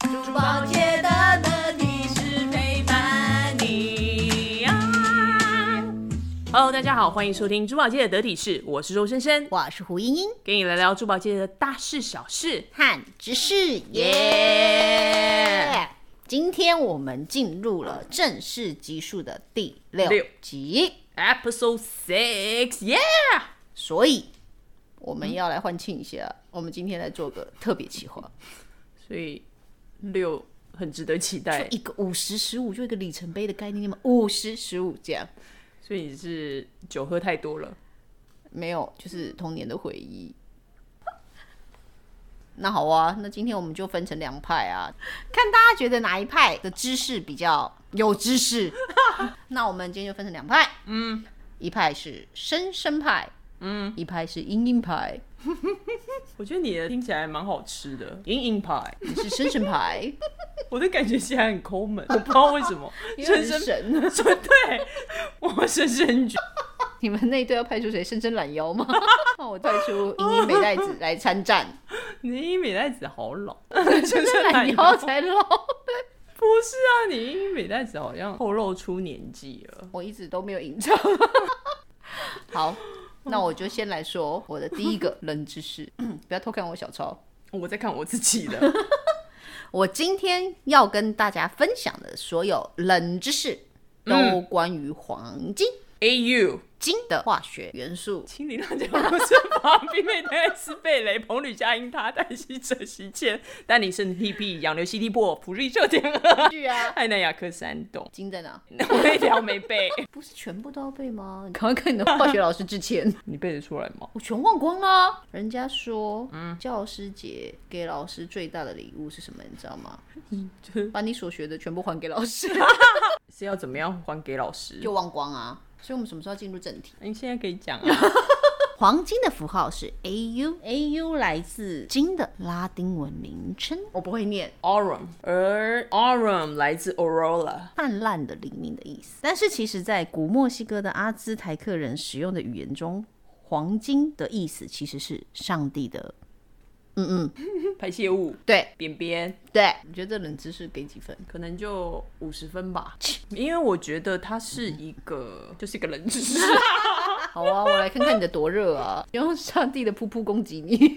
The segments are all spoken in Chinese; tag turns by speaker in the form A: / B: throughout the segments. A: 珠宝贴的的你是陪伴你啊。Hello，大家好，欢迎收听珠宝界的得体事，我是周深深，
B: 我是胡英英，
A: 跟你聊聊珠宝界的大事小事。
B: 汉之士
A: 耶
B: 耶。今天我们进入了正式集数的第六
A: 六
B: 集，
A: Episode Six，Yeah，
B: 所以我们要来欢庆一下。我们今天来做个特别企划，
A: 所以六很值得期
B: 就
A: 待。
B: 一个五十十五，就一个里程碑的概念嘛，五十十五这样。
A: 所以你是酒喝太多了，
B: 没有，就是童年的回忆。那好啊，那今天我们就分成两派啊，看大家觉得哪一派的知识比较有知 识。那我们今天就分成两派，嗯，一派是生生派，嗯，一派是英英派，
A: 我觉得你的听起来蛮好吃的，隐隐派，
B: 你是生生 派，
A: 我的感觉起来很抠门，我不知道为什 么，
B: 因为
A: 深
B: 很
A: 深
B: 神，
A: 说对，我深深觉
B: 你们那一队要派出谁？深深懒腰 吗？那我派出英英美代子来参战，
A: 你英美代子好老，
B: 深
A: 深
B: 深懒腰
A: 不
B: 才老。
A: 是啊，你英美代子好像透露出年纪了。
B: 我一直都没有 隐藏。好，那我就先来说我的第一个冷知 识，不要偷看我小抄。
A: 我在看我自己的，
B: 我今天要跟大家分享的所有冷知识，都关于黄金。
A: A U
B: 金的化学元素，
A: 青林浪椒不是旁比美代斯贝雷彭吕佳音他黛西者席茜丹尼圣 T P 洋流西提珀普瑞热点
B: 是啊，
A: 艾奈雅克山洞，
B: 金在哪？
A: 我那条没 背，
B: 不是全部都要背吗？你赶快跟你的化学老师致 歉，
A: 你背得出来吗？
B: 我全忘光了。人家说，教师节给老师最大的礼物是什么？你知道吗？
A: 就是
B: 把你所学的全部还给老师，
A: 是要怎么样还给老师？
B: 就忘光啊。所以我们什么时候要进入正题？
A: 你现在可以讲啊，
B: 黄金的符号是 AU，AU 来自金的拉丁文名称，我不会念，
A: Aurum，而 Aurum 来自 Aurora。
B: 泛滥的黎明的意思。但是其实，在古墨西哥的阿兹台克人使用的语言中，黄金的意思其实是上帝的。
A: 排泄物，
B: 对
A: 边边
B: 对，你觉得这冷知识给几分？
A: 可能就五十分吧，因为我觉得它是一个，就是一个冷知识。
B: 好啊，我来看看你的多热啊！用上帝的噗噗攻击你，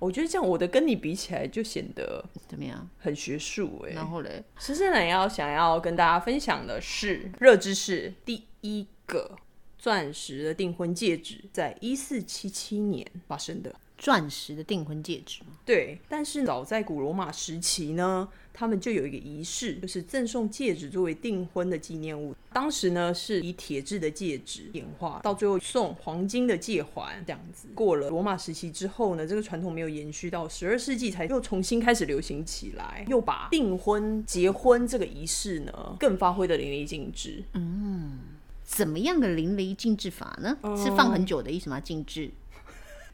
A: 我觉得这样我的跟你比起来就显得
B: 怎么样？
A: 很学术哎、
B: 然后嘞，
A: 深深人要想要跟大家分享的是热知识，第一个钻石的订婚戒指在一四七七年发生的。
B: 钻石的订婚戒指吗？
A: 对，但是早在古罗马时期呢，他们就有一个仪式，就是赠送戒指作为订婚的纪念物。当时呢是以铁质的戒指演化，到最后送黄金的戒环这样子。过了罗马时期之后呢，这个传统没有延续到十二世纪才又重新开始流行起来，又把订婚、结婚这个仪式呢更发挥的淋漓尽致。
B: 嗯怎么样的淋漓尽致法呢？是放很久的意思吗？静置。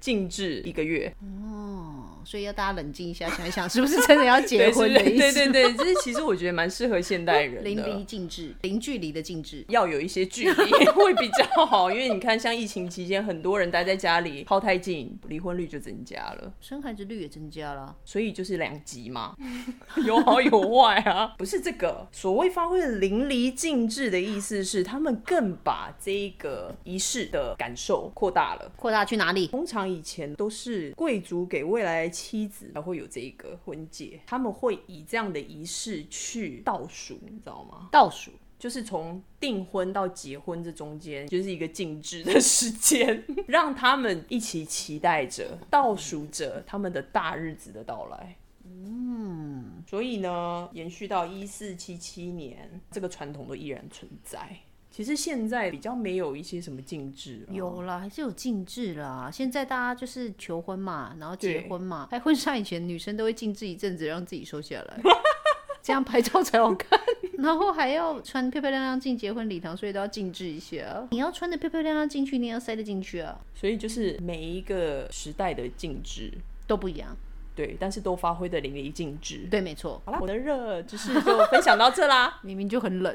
A: 静置一个月，
B: 哦所以要大家冷静一下，想一想是不是真的要结
A: 对，是
B: 婚的意思？
A: 对对对，这是其实我觉得蛮适合现代人的。
B: 淋漓尽致，零距离的尽致。
A: 要有一些距离 会比较好，因为你看，像疫情期间，很多人待在家里，泡太近，离婚率就增加了，
B: 生孩子率也增加了，
A: 所以就是两极嘛， 有好有坏啊。不是这个所谓发挥的淋漓尽致的意思是，他们更把这个仪式的感受扩大了。
B: 扩大去哪里？
A: 通常以前都是贵族给未来的妻子才会有这个婚戒，他们会以这样的仪式去倒数，你知道吗？
B: 倒数。
A: 就是从订婚到结婚这中间，就是一个静止的时间， 让他们一起期待着、倒数着他们的大日子的到来。嗯，所以呢，延续到一四七七年，这个传统都依然存在。其实现在比较没有一些什么禁制、啊，
B: 有啦，还是有禁制啦。现在大家就是求婚嘛，然后结
A: 对
B: 婚嘛，拍婚纱以前女生都会禁制一阵子，让自己瘦下 来，这样拍照才好看。然后还要穿漂漂亮亮进结婚礼堂，所以都要禁制 一下。你要穿的漂漂亮亮进去，你也要塞得进去啊，
A: 所以就是每一个时代的禁制，
B: 都不一样。
A: 对，但是都发挥的淋漓尽致。
B: 对，没错，
A: 好啦，我的热知识就分享到这啦。
B: 明明就很冷。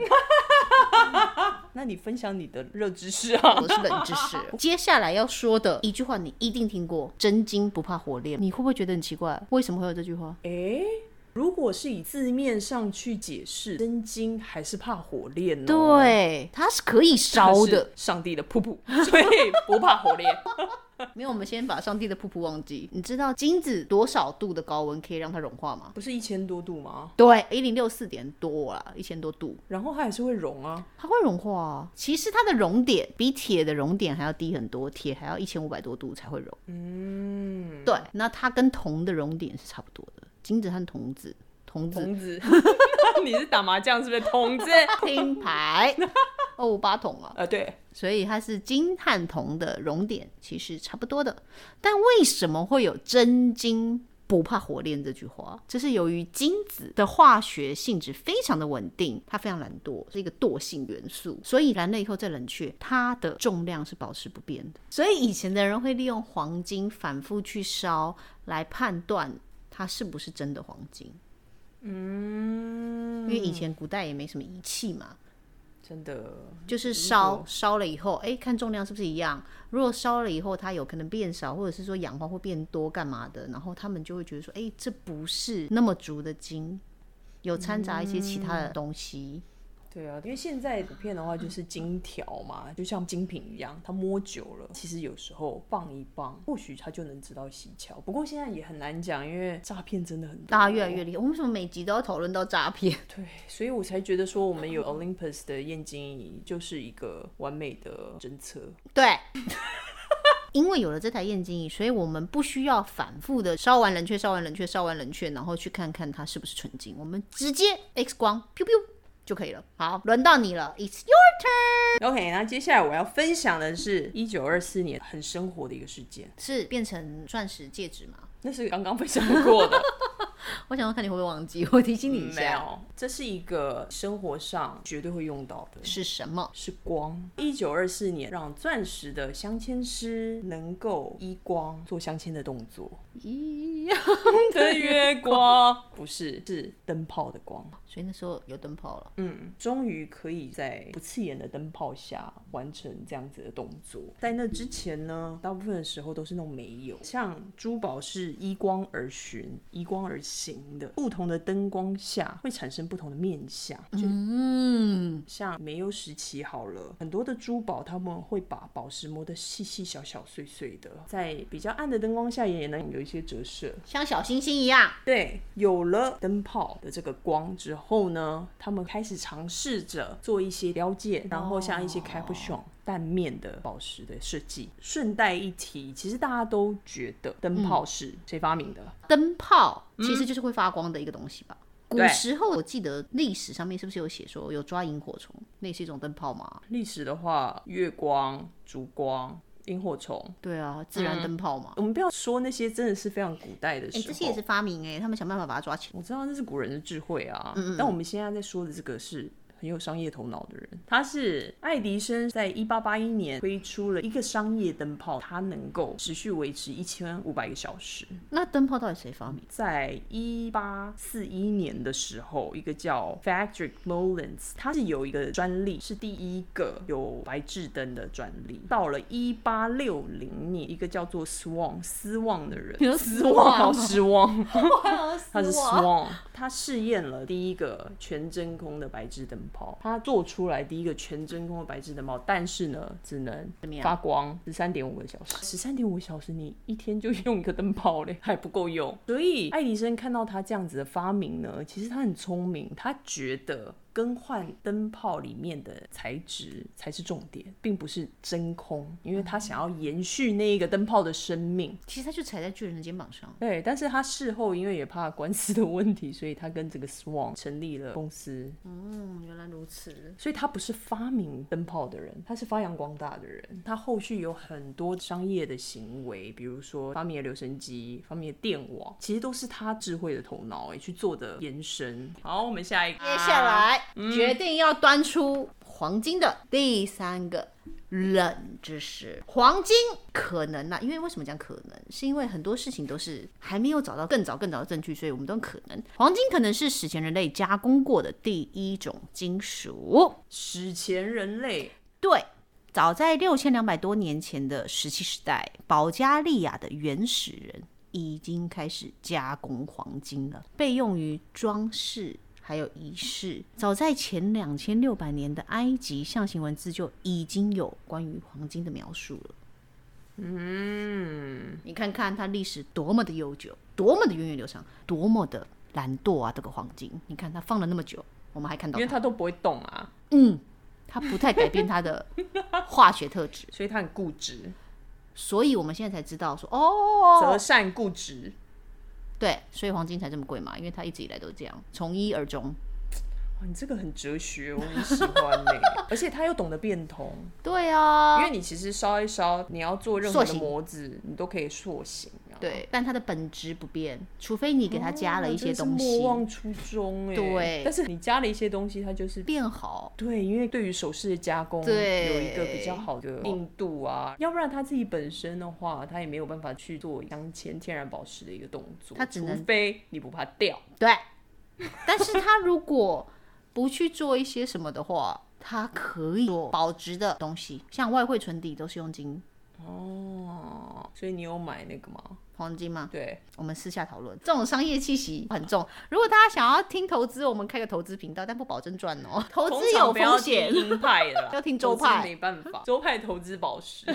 A: 那你分享你的热知识啊？
B: 我是冷知识。 接下来要说的一句话，你一定听过：真金不怕火炼。你会不会觉得很奇怪？为什么会有这句话？
A: 诶，果是以字面上去解释，真经还是怕火炼哦。
B: 对，它是可以
A: 它
B: 烧
A: 是
B: 的。
A: 上帝的瀑布， 所以不怕火炼。
B: 没有，我们先把上帝的瀑布忘记。你知道金子多少度的高温可以让它融化吗？
A: 不是一千多度吗？
B: 对，一零六四点多啦，一千多度，
A: 然后它还是会融啊。
B: 它会融化、啊。其实它的熔点比铁的熔点还要低很多，铁还要一千五百多度才会融。
A: 嗯，
B: 对，那它跟铜的熔点是差不多的，金子和铜子，铜子
A: 童子， 你是打麻将是不是？童 子，
B: 听牌二五八桶啊，
A: 呃，对，
B: 所以它是金和铜的熔点其实差不多的。但为什么会有真金？不怕火炼这句话，这是由于金子的化学性质非常的稳定，它非常懒惰，是一个惰性元素，所以燃了以后再冷却，它的重量是保持不变的。所以以前的人会利用黄金反复去烧来判断它是不是真的黄金，因
A: 嗯，
B: 为以前古代也没什么仪器嘛，
A: 真的，
B: 就是烧烧了以后，哎，看重量是不是一样。如果烧了以后它有可能变少，或者是说氧化会变多，干嘛的？然后他们就会觉得说，哎，这不是那么足的金，有掺杂一些其他的东西。
A: 对啊，因为现在普遍的话就是金条嘛，就像精品一样，它摸久了，其实有时候棒一棒，或许它就能知道蹊跷。不过现在也很难讲，因为诈骗真的很多，
B: 大家越来越厉害，我们为什么每集都要讨论到诈骗？
A: 对，所以我才觉得说我们有 Olympus 的燕京仪就是一个完美的侦测。
B: 对。 因为有了这台验金仪，所以我们不需要反复的烧完冷却、烧完冷却、烧完冷却，然后去看看它是不是纯金。我们直接 X 光，咻咻就可以了。好，轮到你了，It's you。
A: OK，那接下来我要分享的是一九二四年很生活的一个事件，
B: 是变成钻石戒指吗？
A: 那是刚刚分享过的。
B: 我想要看你会不会忘记，我 提醒你一
A: 没
B: 下。
A: 有，这是一个生活上绝对会用到的。
B: 是什么？
A: 是光。一九二四年，让钻石的镶嵌师能够依光做镶嵌的动作。
B: 咦，
A: 的月光不是，是灯泡的光。
B: 所以那时候有灯泡了。
A: 嗯，终于可以在不刺眼的灯泡下完成这样子的动作。在那之前呢，大部分的时候都是弄没有。像珠宝是依光而寻、依光而行的，不同的灯光下会产生不同的面相。
B: 嗯，
A: 像煤油时期好了，很多的珠宝他们会把宝石磨得细细小小碎碎的，在比较暗的灯光下也能有一些折射。
B: 像小星星一样。
A: 对，有了灯泡的这个光之后呢，他们开始尝试着做一些标界，然后像一些 capuchon 蛋面的宝石的设计。顺带一提，其实大家都觉得灯泡是谁发明的？嗯
B: 灯泡其实就是会发光的一个东西吧。古
A: 对
B: 时候我记得历史上面是不是有写说有抓萤火虫，那也是一种灯泡吗？
A: 历史的话，月光、烛光、萤火虫。
B: 对啊，自然灯泡嘛。
A: 我们不要说那些真的是非常古代的
B: 哎、
A: 时候，
B: 这些也是发明哎、他们想办法把它抓起来。
A: 我知道那是古人的智慧啊，但我们现在在说的这个是。很有商业头脑的人，他是爱迪生，在一八八一年推出了一个商业灯泡，它能够持续维持一千五百个小时。
B: 那灯泡到底谁发明？
A: 在一八四一年的时候，一个叫 Frederick Mullins，他是有一个专利，是第一个有白炽灯的专利。到了一八六零年，一个叫做 Swan 斯旺的 人，
B: 你说斯
A: 斯
B: 旺
A: 好失望，他
B: 它
A: 是 Swan，他试验了第一个全真空的白炽灯泡，他做出来第一个全真空的白炽灯泡，但是呢，只能
B: 怎么样
A: 发光十三点五个小时，十三点五小时你一天就用一个灯泡嘞，还不够用。所以爱迪生看到他这样子的发明呢，其实他很聪明，他觉得。更换灯泡里面的材质才是重点，并不是真空，因为他想要延续那个灯泡的生命。
B: 其实它就踩在巨人的肩膀上。
A: 对，但是他事后因为也怕官司的问题，所以他跟这个 Swan 成立了公司。
B: 嗯，原来如此。
A: 所以他不是发明灯泡的人，他是发扬光大的人。他后续有很多商业的行为，比如说发明了留声机、发明了电网，其实都是他智慧的头脑哎去做的延伸。好，我们下一个，
B: 接下来、决定要端出黄金的第三个冷知识，黄金可能呢、因为为什么讲可能？是因为很多事情都是还没有找到更早更早的证据，所以我们都可能。黄金可能是史前人类加工过的第一种金属。
A: 史前人类
B: 对，早在六千两百多年前的石器时代，保加利亚的原始人已经开始加工黄金了，被用于装饰。还有仪式，早在前两千六百年的埃及象形文字就已经有关于黄金的描述了。嗯，你看看它历史多么的悠久，多么的源远流长，多么的懒惰啊！这个黄金，你看它放了那么久，我们还看到
A: 因为它都不会动啊，
B: 嗯，它不太改变它的化学特质，
A: 所以它很固执，
B: 所以我们现在才知道说，哦，
A: 择善固执。
B: 对，所以黄金才这么贵嘛，因为它一直以来都这样，从一而终。
A: 哇，你这个很哲学，哦我很喜欢呢、 而且它又懂得变通，
B: 对啊
A: 因，为你其实烧一烧，你要做任何的
B: 塑形
A: 模子，你都可以塑形啊。
B: 对，但它的本质不变，除非你给它加了一些东
A: 哦真是
B: 西、
A: 莫忘初衷哎、
B: 对
A: 但是你加了一些东西，它就是
B: 变好。
A: 对，因为对于首饰的加工，
B: 对
A: 有一个比较好的硬度啊，要不然它自己本身的话，它也没有办法去做镶嵌天然宝石的一个动作，
B: 它只能
A: 除非你不怕掉。
B: 对，但是它如果不去做一些什么的话，它可以做保值的东西，像外汇存底都是用金
A: 哦，所以你有买那个吗？
B: 黄金嘛。
A: 对，
B: 我们私下讨论，这种商业气息很重。如果大家想要听投资，我们开个投资频道，但不保证赚哦，投资有风险。，
A: 通常不要听鹰派的啦
B: 要 听周派
A: 投资没办法，周派投资宝 石。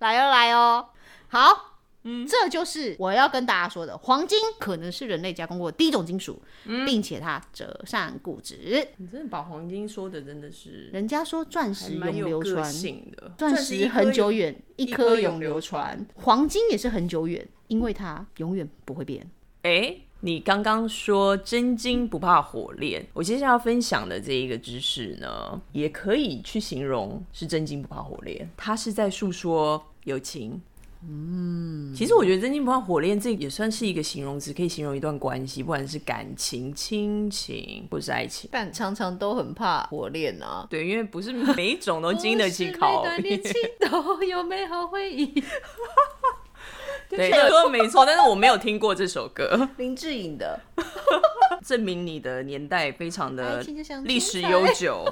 B: 来哦，来哦，好，嗯，这就是我要跟大家说的，黄金可能是人类加工过的第一种金属，并且它折善固执。
A: 你真的把黄金说的真的是
B: 人家说钻
A: 还
B: 石
A: 蛮
B: 永
A: 有
B: 流
A: 个
B: 传，
A: 性的，
B: 钻
A: 一
B: 石
A: 颗
B: 很
A: 有
B: 久远，一
A: 一
B: 颗
A: 颗
B: 永
A: 永
B: 流
A: 流
B: 传。黄金也是很久远，因为它永远不会变。
A: 哎，你刚刚说真金不怕火炼，我接下来要分享的这一个知识呢，也可以去形容是真金不怕火炼，它是在诉说友情。嗯，其实我觉得“真金不怕火炼”这也算是一个形容词，可以形容一段关系，不管是感情、亲情或是爱情。
B: 但常常都很怕火炼啊。
A: 对，因为不是每一种都经得 起考验。
B: 都有美好回 忆。
A: 对，这个没错，但是我没有听过这首歌，
B: 林志颖的
A: 证明你的年代非常的
B: 爱情就像
A: 历史
B: 天
A: 悠
B: 才
A: 久。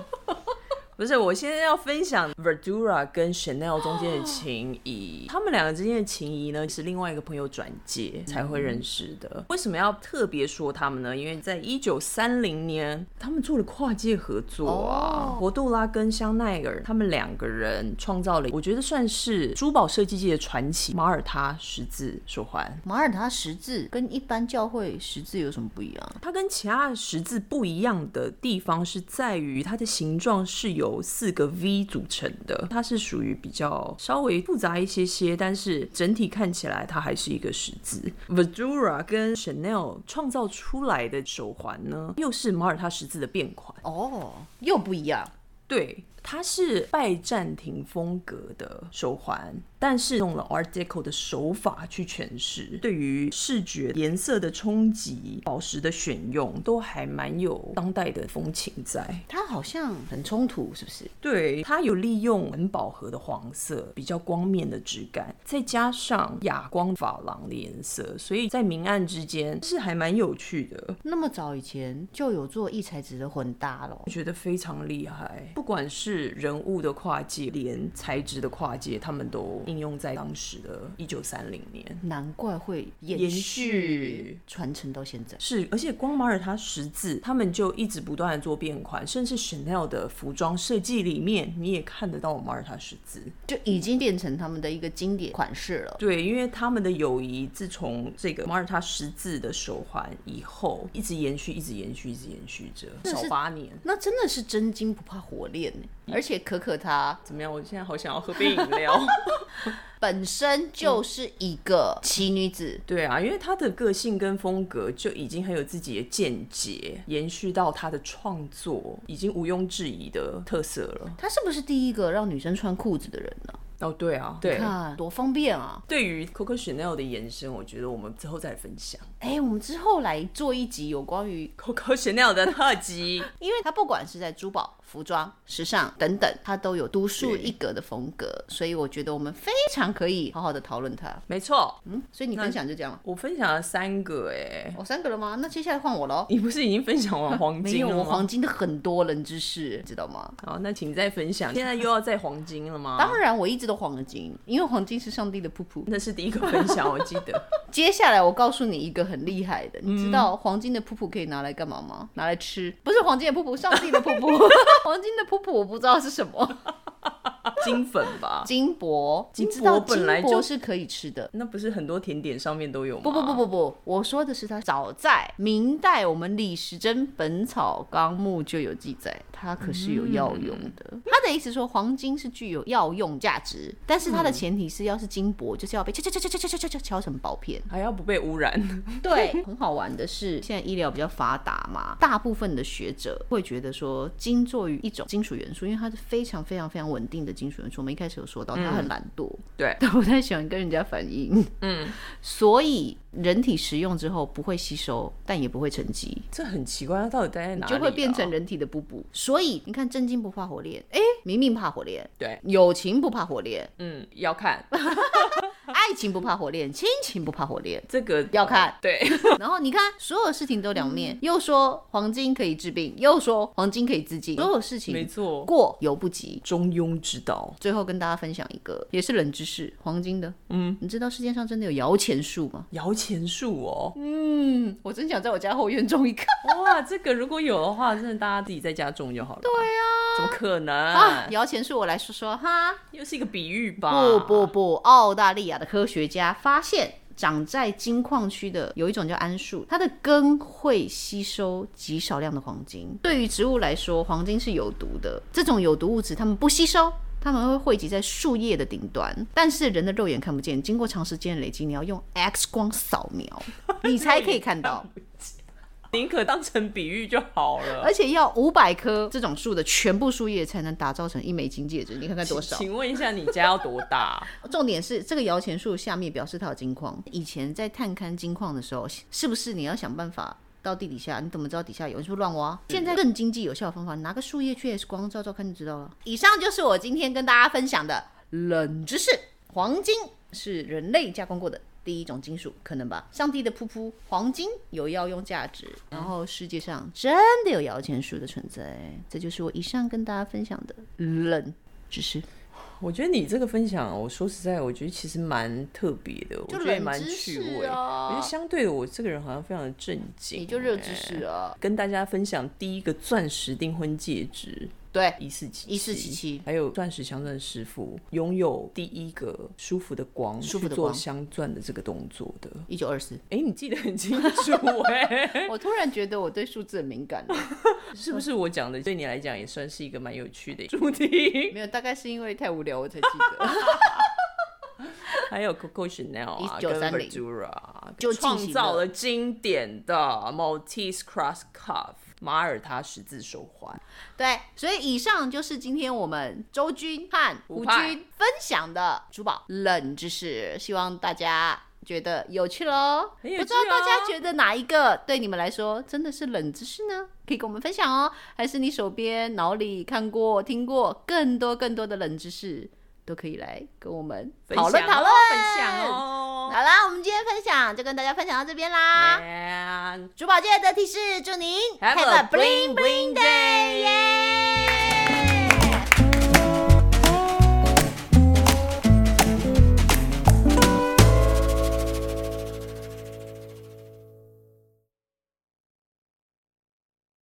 A: 不是，我现在要分享 Verdura 跟 Chanel 中间的情谊，他们两个之间的情谊呢，是另外一个朋友转介
B: 嗯
A: 才会认识的。为什么要特别说他们呢？因为在一九三零年，他们做了跨界合作啊
B: 哦，
A: 博杜拉跟香奈儿，他们两个人创造了，我觉得算是珠宝设计界的传奇——马耳他十字手环。
B: 马耳他十字跟一般教会十字有什么不一样？
A: 它跟其他的十字不一样的地方是在于它的形状是由四个 V 组成的，它是属于比较稍微复杂一些些，但是整体看起来它还是一个十字。Verdura 跟 Chanel 创造出来的手环呢，又是马耳他十字的变款。
B: 哦，又不一样。
A: 对，它是拜占庭风格的手环，但是用了 Art Deco 的手法去诠释，对于视觉颜色的冲击、宝石的选用，都还蛮有当代的风情在。
B: 它好像很冲突，是不是？
A: 对，它有利用很饱和的黄色，比较光面的质感，再加上哑光珐琅的颜色，所以在明暗之间是还蛮有趣的。
B: 那么早以前就有做异材质的混搭了
A: 我。觉得非常厉害，不管是人物的跨界，连材质的跨界，他们都应用在当时的1930年。
B: 难怪会延
A: 延
B: 续
A: 续
B: 传承到现在。
A: 是，而且光马耳他十字，他们就一直不断的做变款，甚至 Chanel 的服装设计里面，你也看得到马耳他十字。
B: 就已经变成他们的一个经典款式了。
A: 对，因为他们的友谊自从这个马耳他十字的手环以后，一直延续，一直延续，一直延续着，
B: 这
A: 少
B: 是
A: 八年。
B: 那真的是真金不怕火炼呢，而且可可它
A: 怎么样？我现在好想要喝杯饮料。
B: 本身就是一个奇女子，
A: 对啊，因为他的个性跟风格就已经很有自己的见解，延续到他的创作，已经毋庸置疑的特色了。
B: 她是不是第一个让女生穿裤子的人呢、
A: 哦，对啊，对。
B: 看多方便啊！
A: 对于 Coco Chanel 的延伸，我觉得我们之后再分享
B: 哎、我们之后来做一集有关于，
A: Coco Chanel 的特辑。
B: 因为它不管是在珠宝、服装、时尚等等，它都有独树一格的风格，所以我觉得我们非常可以好好的讨论它。
A: 没错，
B: 嗯，所以你分享就这样了。
A: 我分享了三个哎，
B: 我、三个了吗？那接下来换我喽。
A: 你不是已经分享完黄
B: 没
A: 金
B: 有，
A: 了
B: 我
A: 吗？
B: 黄金的很多人知识，知道吗？
A: 好，那请再分享。现在又要再黄金了吗？
B: 当然，我一直都黄金，因为黄金是上帝的噗噗。
A: 那是第一个分享，我记得。
B: 接下来我告诉你一个很厉害
A: 嗯
B: 的，你知道黄金的噗噗可以拿来干嘛吗？拿来吃，不是黄金的噗噗，上帝 的噗噗。黄金的噗噗我不知道是什么，
A: 金粉吧？
B: 金箔，
A: 金箔
B: 你知道
A: 本来
B: 金箔
A: 就是
B: 可以吃的。
A: 那不是很多甜点上面都有吗？
B: 不不不，不不，我说的是它早在明代，我们李时珍《本草纲目》就有记载，它可是有药用的。他的意思说，黄金是具有药用价值，但是它的前提是要是金箔，就是要被敲敲敲敲敲敲敲敲敲成薄片。
A: 还要不被污染。
B: 对， 很好玩的是，现在医疗比较发达嘛，大部分的学者会觉得说，金作于一种金属元素，因为它是非常非常非常稳定的金属元素。我们一开始有说到，它很懒惰，
A: 嗯 对，
B: 它不太喜欢跟人家反应，嗯， 所以人体食用之后不会吸收，但也不会沉积。
A: 这很奇怪，它到底待在哪里、啊
B: 就会变成。人体的补补，所以你看，真金不怕火炼，哎、明明怕火炼，
A: 对，
B: 友情不怕火 炼，
A: 嗯，要 看
B: 爱情不怕火炼，亲情不怕火炼，
A: 这个
B: 要看。
A: 对，
B: 然后你看，所有事情都两面，又说黄金可以治病，又说黄金可以自尽，所有事
A: 没
B: 情
A: 错，
B: 过犹不及。
A: 中庸之道。
B: 最后跟大家分享一个也是冷知识，黄金的。嗯，你知道世界上真的有摇钱树吗？
A: 摇钱树哦，
B: 嗯，我真想在我家后院种一棵
A: 哇，这个如果有的话，真的大家自己在家种就好了。对啊，怎么可能？
B: 啊！摇钱树，我来说说哈。
A: 又是一个比喻吧？
B: 不不不，澳大利亚的科学家发现，长在金矿区的有一种叫桉树，它的根会吸收极少量的黄金。对于植物来说，黄金是有毒的，这种有毒物质它们不吸收。它们会汇集在树叶的顶端，但是人的肉眼看不见。经过长时间的累积，你要用 X 光扫描，你才可以看到，
A: 宁可当成比喻就好了。
B: 而且要五百棵这种树的全部树叶才能打造成一枚金戒指。你看看 多少？
A: 请问一下，你家要多大？
B: 重点是这个摇钱树下面表示它有金矿。以前在探勘金矿的时候，是不是你要想办法到地底下？你怎么知道底下有？你是不是乱挖？现在更经济有效的方法，你拿个树叶去 X 光照照看就知道了。以上就是我今天跟大家分享的冷知识：黄金是人类加工过的。第一种金属可能吧，上帝的噗噗，黄金有药用价值，然后世界上真的有摇钱树的存在，这就是我以上跟大家分享的冷知识。
A: 我觉得你这个分享，我说实在，我觉得其实蛮特别的，我
B: 就
A: 觉得也
B: 冷
A: 蛮
B: 知
A: 趣
B: 识
A: 味。
B: 啊
A: 我觉得相对的，我这个人好像非常的正经。
B: 你就热知识啊，
A: 跟大家分享第一个钻石订婚戒指。
B: 对，
A: 一四七
B: 1477
A: 还有钻石镶钻师傅拥有第一个舒服的光，
B: 舒服的
A: 去做
B: 光
A: 镶钻的这个动作的。
B: 一九二四。
A: 哎、你记得很清 楚哎、
B: 我突然觉得我对数字很 敏感了，
A: 是不是我讲的对你来讲也算是一个蛮有趣的主题？
B: 没有，大概是因为太无聊我才记 得。
A: 还有 Coco Chanel 啊，跟
B: 1930
A: Verdura
B: 就进行
A: 创
B: 了
A: 造了经典的 Maltese Cross Cuff 马耳他十字手环。
B: 对，所以以上就是今天我们周军和胡
A: 胡
B: 军
A: 派
B: 分享的珠宝冷知识，希望大家。觉得有趣喽，
A: 很有
B: 不知道
A: 趣
B: 大家
A: 哦
B: 觉得哪一个对你们来说真的是冷知识呢？可以跟我们分享哦，还是你手边脑里看过、听过更多更多的冷知识，都可以来跟我们
A: 分
B: 讨论
A: 享
B: 讨
A: 哦
B: 论，
A: 分享。哦。
B: 好啦，我们今天分享就跟大家分享到这边
A: 哎
B: 啦。
A: And
B: 珠宝界的提示，祝您
A: have a bling bling day！
B: 耶！